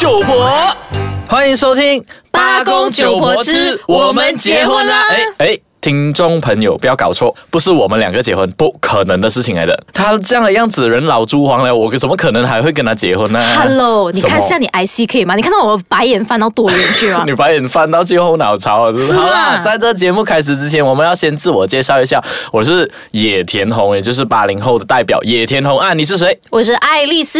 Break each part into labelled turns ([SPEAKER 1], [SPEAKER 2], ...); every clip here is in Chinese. [SPEAKER 1] 九婆，
[SPEAKER 2] 欢迎收听《
[SPEAKER 3] 八公九婆之我们结婚啦
[SPEAKER 2] 哎哎，听众朋友不要搞错，不是我们两个结婚，不可能的事情来的。他这样的样子，人老珠黄了，我怎么可能还会跟他结婚呢呃
[SPEAKER 3] Hello，你看一下
[SPEAKER 2] 你。
[SPEAKER 3] 你 ICK 吗？你看到我白眼翻到多啊远去吗
[SPEAKER 2] 你？把眼翻到最后脑槽了，是不是？
[SPEAKER 3] 是
[SPEAKER 2] 好
[SPEAKER 3] 啊
[SPEAKER 2] 啦，在这节目开始之前，我们要先自我介绍一下，我是野田红，也就是八零后的代表野田红啊，你是谁？
[SPEAKER 3] 我是爱丽丝，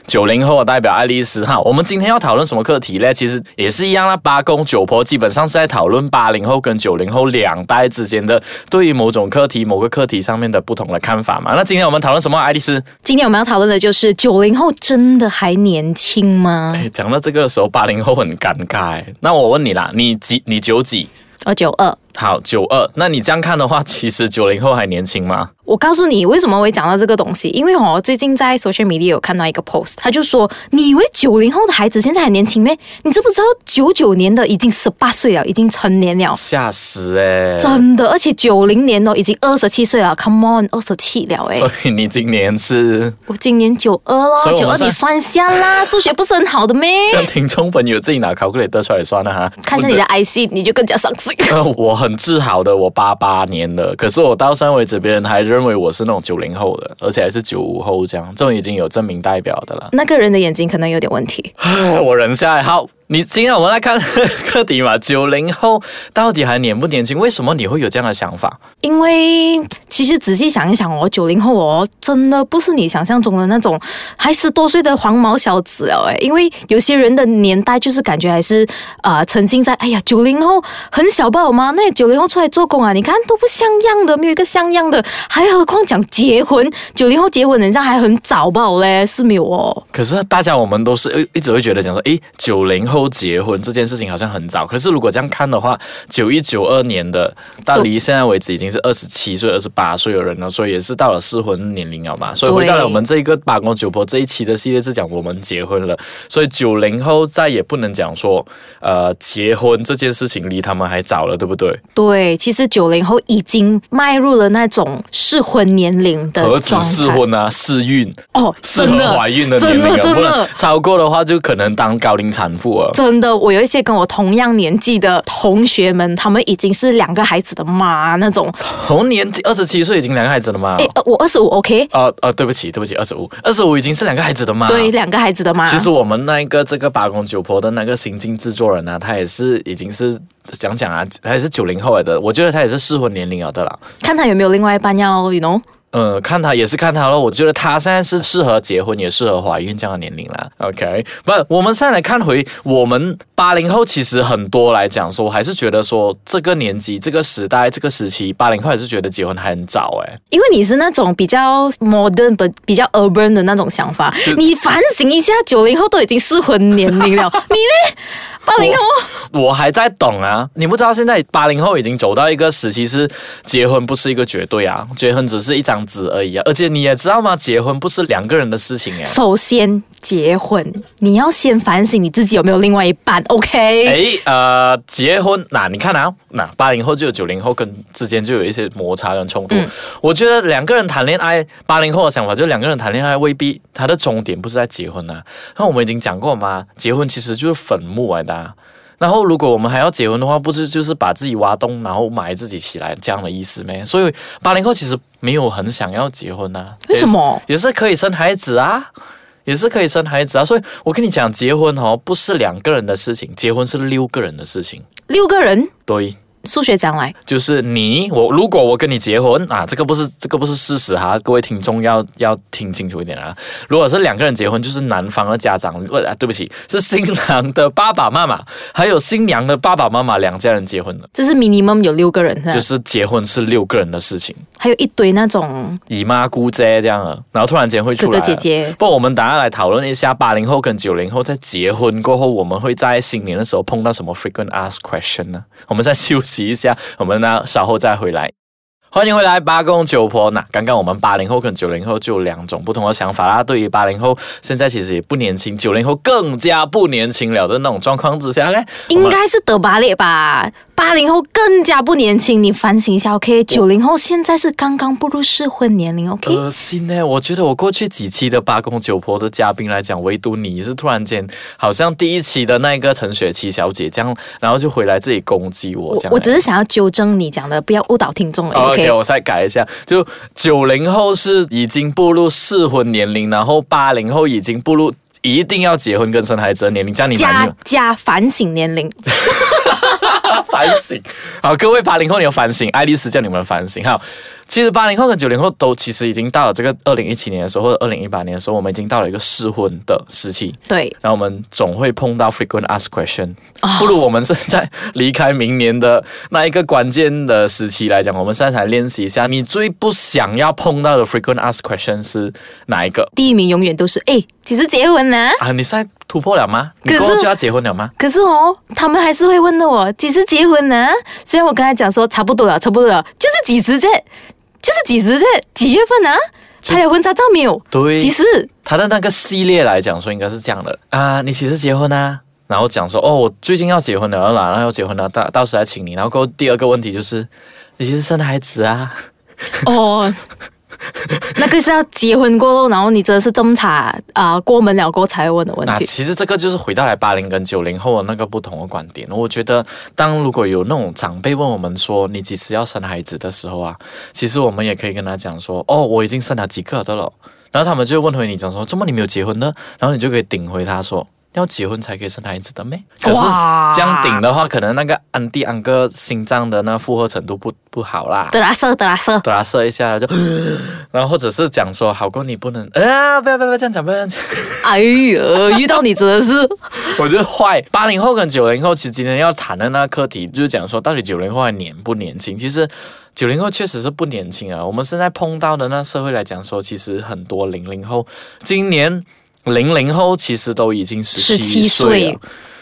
[SPEAKER 2] 九零后的代表爱丽丝哈，我们今天要讨论什么课题呢？其实也是一样啦，八公九婆基本上是在讨论八零后跟九零后两代之间的对于某种课题、某个课题上面的不同的看法嘛。那今天我们讨论什么？爱丽丝，
[SPEAKER 3] 今天我们要讨论的就是九零后真的还年轻吗？
[SPEAKER 2] 哎，讲到这个的时候，八零后很尴尬哎。那我问你啦，你几？你九几？
[SPEAKER 3] 我哦九二，
[SPEAKER 2] 好，九二。那你这样看的话， 其实九零后还年轻吗？
[SPEAKER 3] 我告诉你为什么我会讲到这个东西，因为哦，最近在 social media 有看到一个 post，他就说你以为九零后的孩子现在还年轻咩？你知不知道九九年的已经十八岁了，已经成 年了。
[SPEAKER 2] 吓死哎、
[SPEAKER 3] 真的，而且九零年都已经二十七岁了，Come on，二十七了哎、
[SPEAKER 2] 所以你今年 是
[SPEAKER 3] 我今年九二咯
[SPEAKER 2] 所，以
[SPEAKER 3] 九
[SPEAKER 2] 我们
[SPEAKER 3] 二
[SPEAKER 2] 在
[SPEAKER 3] 你算下啦，数学不是很好 的咩？
[SPEAKER 2] 像听众朋友自己拿 calculator 出来算了哈，
[SPEAKER 3] 看一下你的 IC，你就更加伤心。
[SPEAKER 2] 呃，我很自豪的，我八八年的，可是我到现在为止，别人还认为我是那种九零后的，而且还是九五后这样，这种已经有证明代表 的了。
[SPEAKER 3] 那个人的眼睛可能有点问题。
[SPEAKER 2] 唉我忍下来，好，你今天我们来看 课题嘛，九零后到底还年不年轻？为什么你会有这样的想法？
[SPEAKER 3] 因为其实仔细想一想哦，九零后哦，真的不是你想象中的那种还十多岁的黄毛小子了哎。因为有些人的年代就是感觉还是呃沉浸在哎呀九零后很小吧好吗？那九零后出来做工啊，你看都不像样的，没有一个像样的，还何况讲结婚？九零后结婚人家还很早吧嘞，是没有哦。
[SPEAKER 2] 可是大家我们都是一一直会觉得讲说，诶，九零后结婚这件事情好像很早。可是如果这样看的话，九一九二年的到离现在为止已经是二十七岁、二十八岁的人了，所以也是到了适婚年龄了嘛。所以回到了我们这一个八公九婆这一期的系列是讲我们结婚了，所以九零后再也不能讲说，呃，结婚这件事情离他们还早了，对不对？
[SPEAKER 3] 对，其实九零后已经迈入了那种适婚年龄的
[SPEAKER 2] 何止
[SPEAKER 3] 状态。
[SPEAKER 2] 适婚啊，适孕。
[SPEAKER 3] 哦，
[SPEAKER 2] 适
[SPEAKER 3] 真
[SPEAKER 2] 合
[SPEAKER 3] 的
[SPEAKER 2] 怀孕的年龄
[SPEAKER 3] 真的
[SPEAKER 2] 了，
[SPEAKER 3] 真
[SPEAKER 2] 不
[SPEAKER 3] 的
[SPEAKER 2] 能超过的话，就可能当高龄产妇啊了。
[SPEAKER 3] 真的，我有一些跟我同样年纪的同学们，他们已经是两个孩子的妈那种。
[SPEAKER 2] 同年纪二十七岁已经两个孩子了吗？
[SPEAKER 3] 诶，呃我二十五，OK，
[SPEAKER 2] 呃呃，对不起，对不起，二十五，二十五已经是两个孩子的吗？
[SPEAKER 3] 对，。两个孩子的妈。
[SPEAKER 2] 啊其实我们那一个这个八公九婆的那个行进制作人呢、啊，他也是已经是讲讲啊，他也是九零后来的，我觉得他也是适婚年龄了的啦。
[SPEAKER 3] 看他有没有另外一半要，you know，
[SPEAKER 2] 呃，看他也是看他了，我觉得他现在是适合结婚，也适合怀孕这样的年龄啦。OK，不，我们现在来看回我们八零后，其实很多来讲说，我还是觉得说这个年纪、这个时代、这个时期，八零后还是觉得结婚还很早哎、
[SPEAKER 3] 因为你是那种比较 modern 不比较 urban 的那种想法
[SPEAKER 2] 就，
[SPEAKER 3] 你反省一下，九零后都已经适婚年 龄了，你呢？八零后
[SPEAKER 2] 我还在懂啊，你不知道现在八零后已经走到一个时期是结婚不是一个绝对啊，结婚只是一张纸而已啊。而且你也知道吗？结婚不是两个人的事情哎、
[SPEAKER 3] 首先结婚，你要先反省你自己有没有另外一半，OK？
[SPEAKER 2] 诶，呃，结婚嗱、你看啊，嗱，八零后就有九零后跟之间就有一些摩擦跟冲突。我觉得两个人谈恋爱，八零后的想法就是两个人谈恋爱未必他的终点不是在结婚啊。那我们已经讲过嘛，结婚其实就是坟墓来的、啊。然后，如果我们还要结婚的话，不是就是把自己挖洞，然后埋自己起来这样的意思咩？所以八零后其实没有很想要结婚呐、啊。
[SPEAKER 3] 为什么
[SPEAKER 2] 也是？也是可以生孩子啊，也是可以生孩子啊。所以我跟你讲，结婚哦不是两个人的事情，结婚是六个人的事情。
[SPEAKER 3] 六个人，
[SPEAKER 2] 对，
[SPEAKER 3] 数学讲来，
[SPEAKER 2] 就是你我，如果我跟你结婚啊，这个不是这个不是事实哈、各位听众要要听清楚一点啊。如果是两个人结婚，就是男方的家长，不、啊，对不起，是新郎的爸爸妈妈，还有新娘的爸爸妈妈，两家人结婚的，
[SPEAKER 3] 这是 minimum 有六个人的，
[SPEAKER 2] 就是结婚是六个人的事情，
[SPEAKER 3] 还有一堆那种
[SPEAKER 2] 姨妈姑姐这样啊，然后突然间会
[SPEAKER 3] 哥
[SPEAKER 2] 出来
[SPEAKER 3] 哥
[SPEAKER 2] 了。
[SPEAKER 3] 姐姐。
[SPEAKER 2] 不，我们等下来讨论一下八零后跟九零后在结婚过后，我们会在新年的时候碰到什么 frequent asked question 呢？我们再休息一下，我们呢稍后再回来。欢迎回来，八公九婆。那刚刚我们八零后跟九零后就有两种不同的想法啦。对于八零后，现在其实也不年轻，九零后更加不年轻了的那种状况之下呢，我
[SPEAKER 3] 应
[SPEAKER 2] 们
[SPEAKER 3] 该是德巴列吧？八零后更加不年轻，你反省一下，OK？九零后现在是刚刚步入适婚年龄，OK？
[SPEAKER 2] 恶心呢、我觉得我过去几期的八公九婆的嘉宾来讲，唯独你是突然间好像第一期的那个陈雪琪小姐这样，然后就回来自己攻击我
[SPEAKER 3] 我
[SPEAKER 2] 这样。
[SPEAKER 3] 我只是想要纠正你讲的，不要误导听众了
[SPEAKER 2] 哦
[SPEAKER 3] OK？
[SPEAKER 2] OK，我再改一下，就九零后是已经步入适婚年龄，然后八零后已经步入一定要结婚跟生孩子的年龄，这样你满意
[SPEAKER 3] 加
[SPEAKER 2] 吗？
[SPEAKER 3] 加反省年龄，
[SPEAKER 2] 反省。好，各位八零后，你有反省，爱丽丝叫你们反省。好，其实八零后跟九零后都其实已经到了这个二零一七年的时候，或者二零一八年的时候，我们已经到了一个适婚的时期。
[SPEAKER 3] 对，
[SPEAKER 2] 然后我们总会碰到 frequent asked question，、不
[SPEAKER 3] 哦
[SPEAKER 2] 如我们现在离开明年的那一个关键的时期来讲，我们现在来练习一下，你最不想要碰到的 frequent asked question 是哪一个
[SPEAKER 3] 第一名永远都是哎，其实结婚呢、
[SPEAKER 2] 啊？你现在突破了吗？
[SPEAKER 3] 可
[SPEAKER 2] 你
[SPEAKER 3] 是
[SPEAKER 2] 过后就要结婚了吗？
[SPEAKER 3] 可是哦，他们还是会问的我几时结婚呢、虽然我跟他讲说差不多了，差不多了，就是几时这，就是几时这，几月份啊？拍了婚纱照没有？
[SPEAKER 2] 对
[SPEAKER 3] 几时？
[SPEAKER 2] 他的那个系列来讲说应该是这样的啊，你几时结婚啊？然后讲说哦，我最近要结婚了，然后然后要结婚了，到到时来请你。然后过后第二个问题就是，你其实生孩子啊？
[SPEAKER 3] 哦，那个是要结婚过后，然后你真的是侦查啊、过门了过后才会问的问
[SPEAKER 2] 那
[SPEAKER 3] 题。
[SPEAKER 2] 其实这个就是回到来八零跟九零后的那个不同的观点。我觉得，当如果有那种长辈问我们说你几时要生孩子的时候啊，其实我们也可以跟他讲说，哦，我已经生了几个的了。然后他们就会问回你讲说，怎么你没有结婚呢？然后你就可以顶回他说。要结婚才可以生孩子的咩？可是
[SPEAKER 3] 哇
[SPEAKER 2] 这样顶的话，可能那个安迪安哥心脏的那负荷程度不不好啦。
[SPEAKER 3] 德拉瑟，德拉瑟，
[SPEAKER 2] 对他啊射一下就， 然后或者是讲说，好过你不能啊，不要不要不要这样讲，不要这样讲。
[SPEAKER 3] 哎呦，遇到你真的是，
[SPEAKER 2] 我觉得坏。八零后跟九零后，其实今天要谈的那个课题，就是讲说到底九零后还年不年轻？其实九零后确实是不年轻啊。我们现在碰到的那社会来讲说，其实很多零零后，今年零零后其实都已经十七
[SPEAKER 3] 17
[SPEAKER 2] 岁了
[SPEAKER 3] 岁。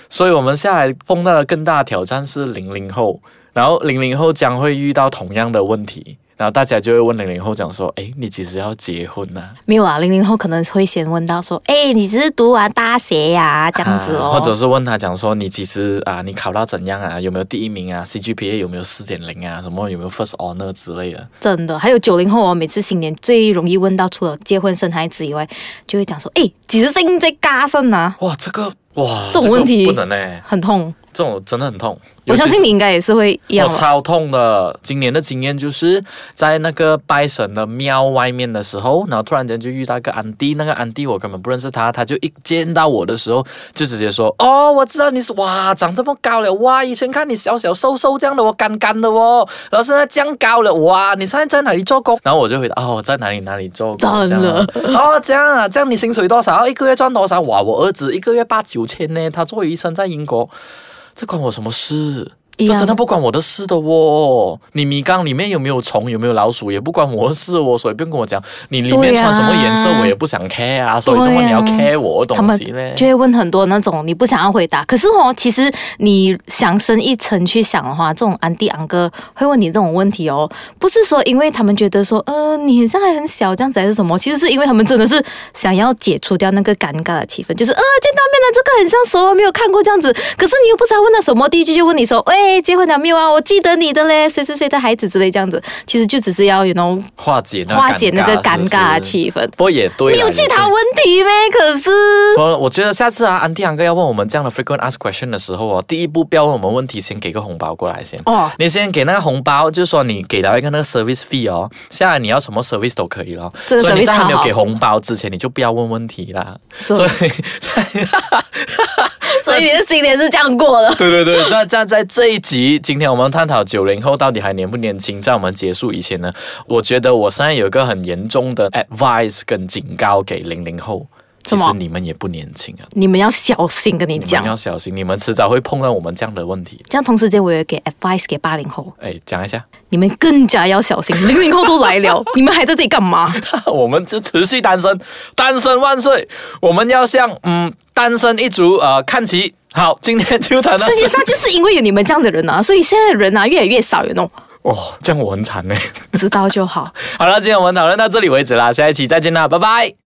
[SPEAKER 2] 所以我们下来碰到的更大的挑战是零零后，然后零零后将会遇到同样的问题，然后大家就会问零零后讲说，哎，你几时要结婚呢、
[SPEAKER 3] 没有啊，零零后可能会先问到说，哎，你只是读完大学呀、这样子哦，
[SPEAKER 2] 啊或者是问他讲说你几时啊，你考到怎样啊，有没有第一名啊，CGPA 有没有四点零啊，什么有没有 first honor 之类的。
[SPEAKER 3] 真的，还有九零后哦，每次新年最容易问到，除了结婚生孩子以外，就会讲说，哎，几时生在加生啊？
[SPEAKER 2] 哇，这个哇，
[SPEAKER 3] 这种问题
[SPEAKER 2] 个不能哎、
[SPEAKER 3] 很痛，
[SPEAKER 2] 这种真的很痛。
[SPEAKER 3] 我相信
[SPEAKER 2] 你。
[SPEAKER 3] 你应该也是会一样哦
[SPEAKER 2] 我
[SPEAKER 3] 吧。
[SPEAKER 2] 超痛的，今年的经验就是在那个拜神的庙外面的时候，然后突然间就遇到一个安迪，那个安迪我根本不认识他，他就一见到我的时候就直接说：“哦，我知道你是哇，长这么高了哇，以前看你小小瘦瘦这样的，我干干的哦，然后现在这样高了哇，你现在在哪里做工？”然后我就回答：“哦，我在哪里哪里做工。”这样
[SPEAKER 3] 真的
[SPEAKER 2] 啊。哦，这样啊，这样你薪水多少？一个月赚多少？哇，我儿子一个月八九千呢，他作为医生在英国，这关我什么事？
[SPEAKER 3] 一
[SPEAKER 2] 这
[SPEAKER 3] 样
[SPEAKER 2] 真的不关我的事的哦。你米缸里面有没有虫，有没有老鼠，也不关我的事哦。所以不用跟我讲你里面
[SPEAKER 3] 对啊
[SPEAKER 2] 穿什么颜色，我也不想 care 啊。所以
[SPEAKER 3] 对啊啊
[SPEAKER 2] 怎么你要 care 我的
[SPEAKER 3] 他
[SPEAKER 2] 东
[SPEAKER 3] 们
[SPEAKER 2] 西呢？
[SPEAKER 3] 就会问很多那种你不想要回答，可是哦，其实你想深一层去想的话，这种安迪安哥会问你这种问题哦，不是说因为他们觉得说，呃，你现在很小这样子还是什么，其实是因为他们真的是想要解除掉那个尴尬的气氛，就是呃，见到面了，这个很像熟啊，没有看过这样子，可是你又不知道问他什么，第一句就问你说，喂，结婚了没有啊？我记得你的嘞，谁谁谁的孩子之类这样子，其实就只是要 you know
[SPEAKER 2] 化解那个
[SPEAKER 3] 化解那个尴
[SPEAKER 2] 是不
[SPEAKER 3] 尬的
[SPEAKER 2] 是
[SPEAKER 3] 气氛。
[SPEAKER 2] 不过也对
[SPEAKER 3] 没
[SPEAKER 2] 啦，
[SPEAKER 3] 有其
[SPEAKER 2] 也对
[SPEAKER 3] 他问题呗，可是
[SPEAKER 2] 我我觉得下次啊，安迪安哥要问我们这样的 frequent asked question 的时候哦，第一步不要问我们问题，先给个红包过来先。
[SPEAKER 3] 哦，
[SPEAKER 2] 你先给那个红包，就是说你给到一个那个 service fee 哦，下来你要什么 service 都可以咯。
[SPEAKER 3] 这个
[SPEAKER 2] 所以你
[SPEAKER 3] service
[SPEAKER 2] 在还没有
[SPEAKER 3] 超好
[SPEAKER 2] 给红包之前，你就不要问问题啦。
[SPEAKER 3] 真
[SPEAKER 2] 所
[SPEAKER 3] 的
[SPEAKER 2] 以，
[SPEAKER 3] 所以你的新年是这样过的。
[SPEAKER 2] 对对 对，在在在这一集，今天我们探讨九零后到底还年不年轻。在我们结束以前呢，我觉得我现在有一个很严重的 advice 跟警告给零零后，其
[SPEAKER 3] 什
[SPEAKER 2] 实
[SPEAKER 3] 么
[SPEAKER 2] 你们也不年轻啊，
[SPEAKER 3] 你们要小心，跟你
[SPEAKER 2] 你们
[SPEAKER 3] 讲。
[SPEAKER 2] 要小心，你们迟早会碰到我们这样的问题。
[SPEAKER 3] 这样同时间，我也给 advice 给八零后，
[SPEAKER 2] 哎，讲一下，
[SPEAKER 3] 你们更加要小心。 零零后都来了， 你们还在这里干 嘛？
[SPEAKER 2] 我们就持续单身，单身万岁！我们要向嗯单身一族呃看齐。好，今天就谈到
[SPEAKER 3] 世
[SPEAKER 2] 这
[SPEAKER 3] 界上就是因为有你们这样的人啊，所以现在的人啊越来越少，有那种
[SPEAKER 2] 哇、 这样我很惨哎。
[SPEAKER 3] 知道就好。
[SPEAKER 2] 好了，今天我们讨论到这里为止啦，下一期再见啦，拜拜。